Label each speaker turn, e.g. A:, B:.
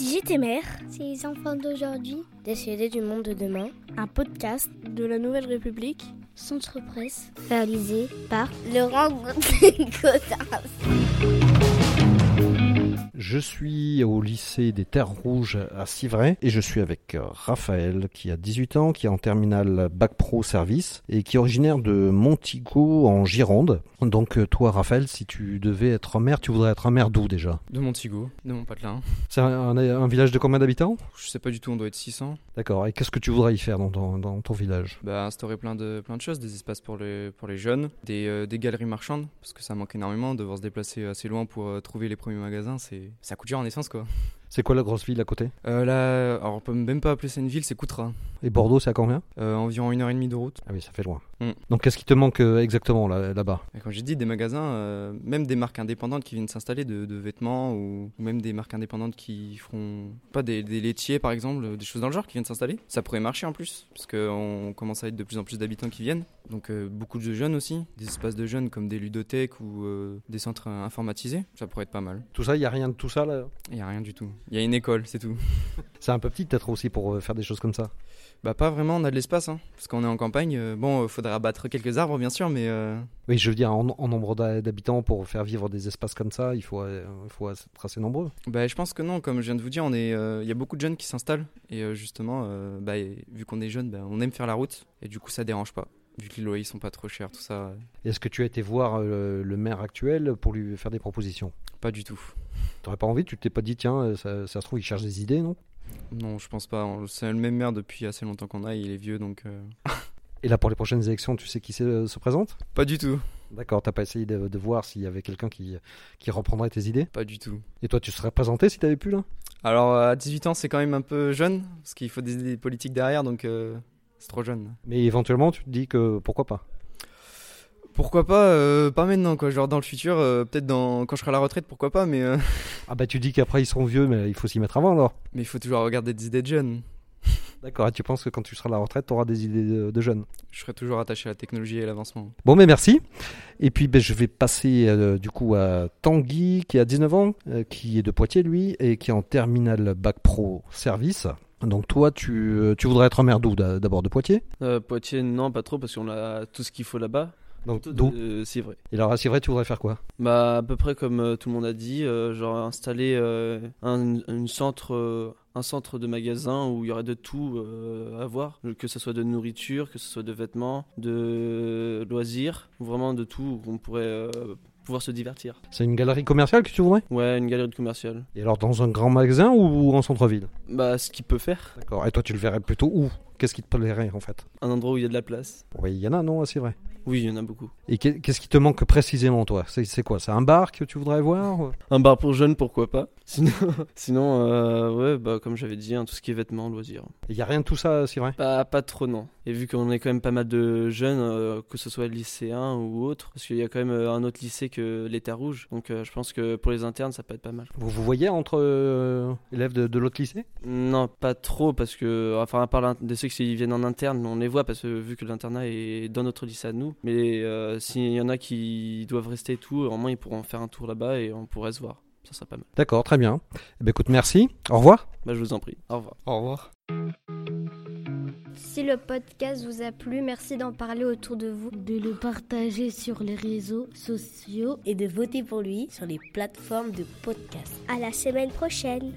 A: Minute et Mère,
B: C'est les enfants d'aujourd'hui,
A: Décédés du monde de demain, un podcast de la Nouvelle République,
B: Centre Presse, réalisé par
A: Laurent Gaudin.
C: Je suis au lycée des Terres Rouges à Civray et je suis avec euh, Raphaël qui a 18 ans, qui est en terminale Bac Pro Service et qui est originaire de Montigo en Gironde. Donc euh, toi Raphaël, si tu devais être un maire, tu voudrais être un maire d'où déjà
D: De Montego, de mon patelin.
C: C'est un, un- un village de combien d'habitants
D: Je sais pas du tout, on doit être 600.
C: D'accord, et qu'est-ce que tu voudrais y faire dans ton, dans ton village
D: Bah, instaurer plein de, plein de choses, des espaces pour les, pour les jeunes, des, euh, des galeries marchandes, parce que ça manque énormément, devoir se déplacer assez loin pour euh, trouver les premiers magasins, c'est ça coûte cher en essence quoi.
C: C'est quoi la grosse ville à côté
D: Euh, là, alors on peut même pas appeler ça une ville, c'est Coutras.
C: Et Bordeaux, c'est à combien
D: Euh, environ une heure et demie de route.
C: Ah oui, ça fait loin.
D: Mm.
C: Donc qu'est-ce qui te manque euh, exactement là- là-bas
D: Et quand j'ai dit des magasins, euh, même des marques indépendantes qui viennent s'installer de, de vêtements ou, ou même des marques indépendantes qui feront pas des, des laitiers par exemple, euh, des choses dans le genre qui viennent s'installer, ça pourrait marcher en plus parce qu'on commence à être de plus en plus d'habitants qui viennent, donc euh, beaucoup de jeunes aussi, des espaces de jeunes comme des ludothèques ou euh, des centres euh, informatisés, ça pourrait être pas mal.
C: Tout ça, il n'y a rien de tout ça là
D: Il y a rien du tout, il y a une école, c'est tout.
C: C'est un peu petit peut-être aussi pour euh, faire des choses comme ça.
D: Bah pas vraiment, on a de l'espace hein, parce qu'on est en campagne. euh, bon, euh, faudra abattre quelques arbres bien sûr, mais euh,
C: Oui, je veux dire, en, en nombre d'ha- d'habitants, pour faire vivre des espaces comme ça, il faut, euh, il faut être assez nombreux.
D: Bah, je pense que non, comme je viens de vous dire, on est, euh, il y a beaucoup de jeunes qui s'installent et euh, justement, euh, bah, et vu qu'on est jeunes, bah, on aime faire la route et du coup ça dérange pas. Vu que les loyers sont pas trop chers, tout ça, euh,
C: Est-ce que tu as été voir euh, le maire actuel pour lui faire des propositions
D: pas du tout.
C: T'aurais pas envie Tu t'es pas dit, tiens, euh, ça, ça se trouve, il cherche des idées, non
D: Non, je pense pas. On- C'est le même maire depuis assez longtemps qu'on a, il est vieux donc. euh,
C: Et là, pour les prochaines élections, tu sais qui se, se présente
D: Pas du tout,
C: D'accord, t'as pas essayé de, de voir s'il y avait quelqu'un qui, qui reprendrait tes idées
D: pas du tout.
C: Et toi, tu serais présenté si t'avais pu, là
D: Alors euh, à 18 ans, c'est quand même un peu jeune parce qu'il faut des idées politiques derrière donc euh, c'est trop jeune.
C: Mais éventuellement, tu te dis que pourquoi pas
D: Pourquoi pas euh, Pas maintenant quoi, genre dans le futur, euh, peut-être dans... quand je serai à la retraite, pourquoi pas, mais euh,
C: Ah bah, tu dis qu'après, ils sont vieux, mais il faut s'y mettre avant, alors
D: mais il faut toujours regarder des idées de jeunes.
C: D'accord, et tu penses que quand tu seras à la retraite, t'auras des idées de- de jeunes
D: Je serai toujours attaché à la technologie et à l'avancement.
C: Bon, mais merci. Et puis, ben, je vais passer euh, du coup à Tanguy, qui a 19 ans, euh, qui est de Poitiers, lui, et qui est en terminale bac pro service. Donc, toi, tu, euh, tu voudrais être un maire d'où d'a- d'abord de Poitiers
E: Euh, Poitiers, non, pas trop, parce qu'on a tout ce qu'il faut là-bas.
C: Donc,
E: Plutôt de-
C: d'où
E: euh, C'est vrai.
C: Et alors, c'est vrai, tu voudrais faire quoi
E: Bah, à peu près comme euh, tout le monde a dit, euh, genre installer euh, un, une centre, euh, un centre de magasin où il y aurait de tout euh, à voir, que ce soit de nourriture, que ce soit de vêtements, de loisirs, vraiment de tout, où on pourrait euh, pouvoir se divertir.
C: C'est une galerie commerciale que tu voudrais
E: Ouais, une galerie de commercial.
C: Et alors, dans un grand magasin ou en centre-ville
E: Bah, ce qu'il peut faire,
C: D'accord. Et toi, tu le verrais plutôt où Qu'est-ce qui te plairait en fait
E: un endroit où il y a de la place.
C: Oui, il y en a, non, Ah, c'est vrai.
E: Oui, il y en a beaucoup.
C: Et qu'est- qu'est-ce qui te manque précisément, toi C'est c'est quoi C'est un bar que tu voudrais voir
E: Un bar pour jeunes, pourquoi pas. Sinon, sinon euh, ouais, bah, comme j'avais dit, hein, tout ce qui est vêtements, loisirs.
C: Il n'y a rien de tout ça, c'est vrai
E: Pas, pas trop, non. Et vu qu'on est quand même pas mal de jeunes, euh, que ce soit lycéens ou autres, parce qu'il y a quand même euh, un autre lycée que l'État Rouge, donc euh, je pense que pour les internes, ça peut être pas mal.
C: Vous vous voyez entre euh, élèves de, de l'autre lycée
E: Non, pas trop, parce que, enfin, à part l'in- de ceux qui viennent en interne, on les voit, parce que vu que l'internat est dans notre lycée à nous, mais euh, s'il y en a qui doivent rester et tout, au moins ils pourront faire un tour là-bas et on pourrait se voir. Ça serait pas mal.
C: D'accord, très bien. Eh ben, écoute, merci. Au revoir.
E: Bah, je vous en prie. Au revoir.
C: Au revoir.
B: Si le podcast vous a plu, merci d'en parler autour de vous.
F: de le partager sur les réseaux sociaux
A: Et de voter pour lui sur les plateformes de podcast.
B: À la semaine prochaine.